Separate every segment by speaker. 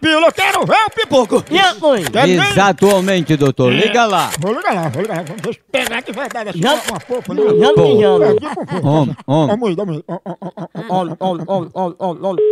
Speaker 1: pílula, quero ver o pipoco.
Speaker 2: Minha mãe.
Speaker 1: Quero ver-
Speaker 3: Exatamente, doutor. Liga lá.
Speaker 1: Vou ligar lá, vou ligar lá. Vamos deixa eu pegar de verdade assim,
Speaker 2: Não.
Speaker 1: uma, uma fofa.
Speaker 2: Não,
Speaker 1: liga.
Speaker 2: não,
Speaker 3: Pô.
Speaker 2: não,
Speaker 1: É,
Speaker 2: não.
Speaker 1: aqui, por favor.
Speaker 3: Homem,
Speaker 1: Ó,
Speaker 3: homem.
Speaker 1: moída, moída. Ó, ó, ó, ó, ó.
Speaker 2: Olha, olha, olha, olha, olha, olha.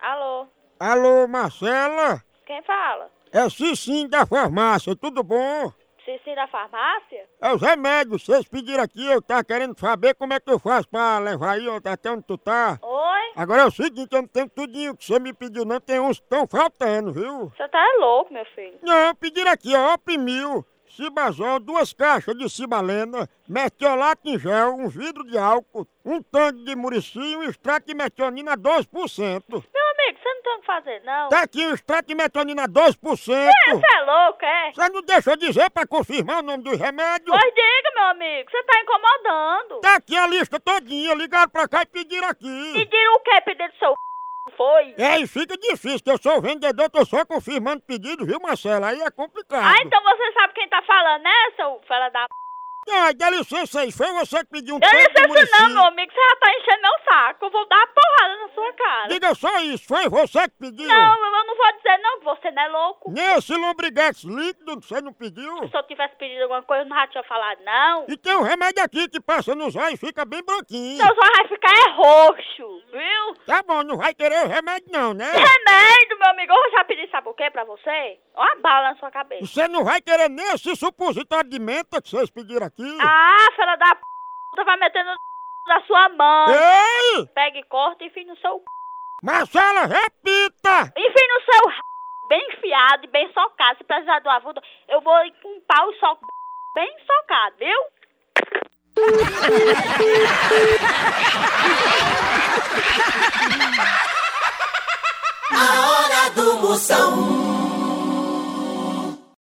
Speaker 4: Alô,
Speaker 1: Alô, Marcela?
Speaker 4: quem fala?
Speaker 1: É Cicim da farmácia, tudo bom?
Speaker 4: Cici da farmácia?
Speaker 1: É os remédios, vocês pediram aqui, eu tava querendo saber como é que eu faço pra levar aí, ó, tá até onde tu tá.
Speaker 4: Oi?
Speaker 1: Agora é o seguinte, eu não tenho tudinho que você me pediu, não, tem uns que estão faltando, viu?
Speaker 4: Você tá é louco, meu filho.
Speaker 1: Não, pediram aqui, ó, opimil, cibazol, duas caixas de cibalena, metiolato em gel, um vidro de álcool, um tanque de murici e um extrato de metionina 12%.
Speaker 4: Meu amigo, você não tem o que fazer, não.
Speaker 1: Tá aqui o extrato de metionina 12%.
Speaker 4: É, você é louco, é?
Speaker 1: Você não deixou dizer pra confirmar o nome dos remédios?
Speaker 4: Pois diga, meu amigo, você tá incomodando.
Speaker 1: Tá aqui a lista todinha, ligaram pra cá e pediram aqui.
Speaker 4: Pediram o quê? Pediram seu c... foi?
Speaker 1: É, e fica difícil, que eu sou vendedor, tô só confirmando pedido, viu, Marcela? Aí é complicado.
Speaker 4: Ah, então você sabe quem tá falando, né, seu fela da p...
Speaker 1: Ai, dá licença aí, foi você que pediu um
Speaker 4: Dá
Speaker 1: tanque de
Speaker 4: licença não,
Speaker 1: murici.
Speaker 4: meu amigo, você já tá enchendo meu saco. Eu vou dar uma porrada na sua cara.
Speaker 1: Diga só isso, foi você que pediu?
Speaker 4: Não, eu eu não vou dizer não, que você não é louco.
Speaker 1: Nem esse lombrigax líquido que você não pediu?
Speaker 4: Se eu tivesse pedido alguma coisa, eu não já tinha falado, não.
Speaker 1: E tem um remédio aqui que passa nos olhos e fica bem branquinho.
Speaker 4: Seu só vai ficar é roxo, viu?
Speaker 1: Tá bom, não vai querer o remédio não, né?
Speaker 4: Remédio, é meu amigo. Eu já pedi sabe o quê pra você? Uma bala na sua cabeça.
Speaker 1: Você não vai querer nem esse supositório de menta que vocês pediram aqui?
Speaker 4: Ah, filha da p... Vai metendo no da sua mãe.
Speaker 1: Ei!
Speaker 4: Pega e corta e enfia no seu c...
Speaker 1: Marcela, repita!
Speaker 4: Enfia no seu r... Bem enfiado e bem socado. Se precisar do avulso, eu vou ir com um pau e soco bem socado, viu?
Speaker 5: A hora do Moção.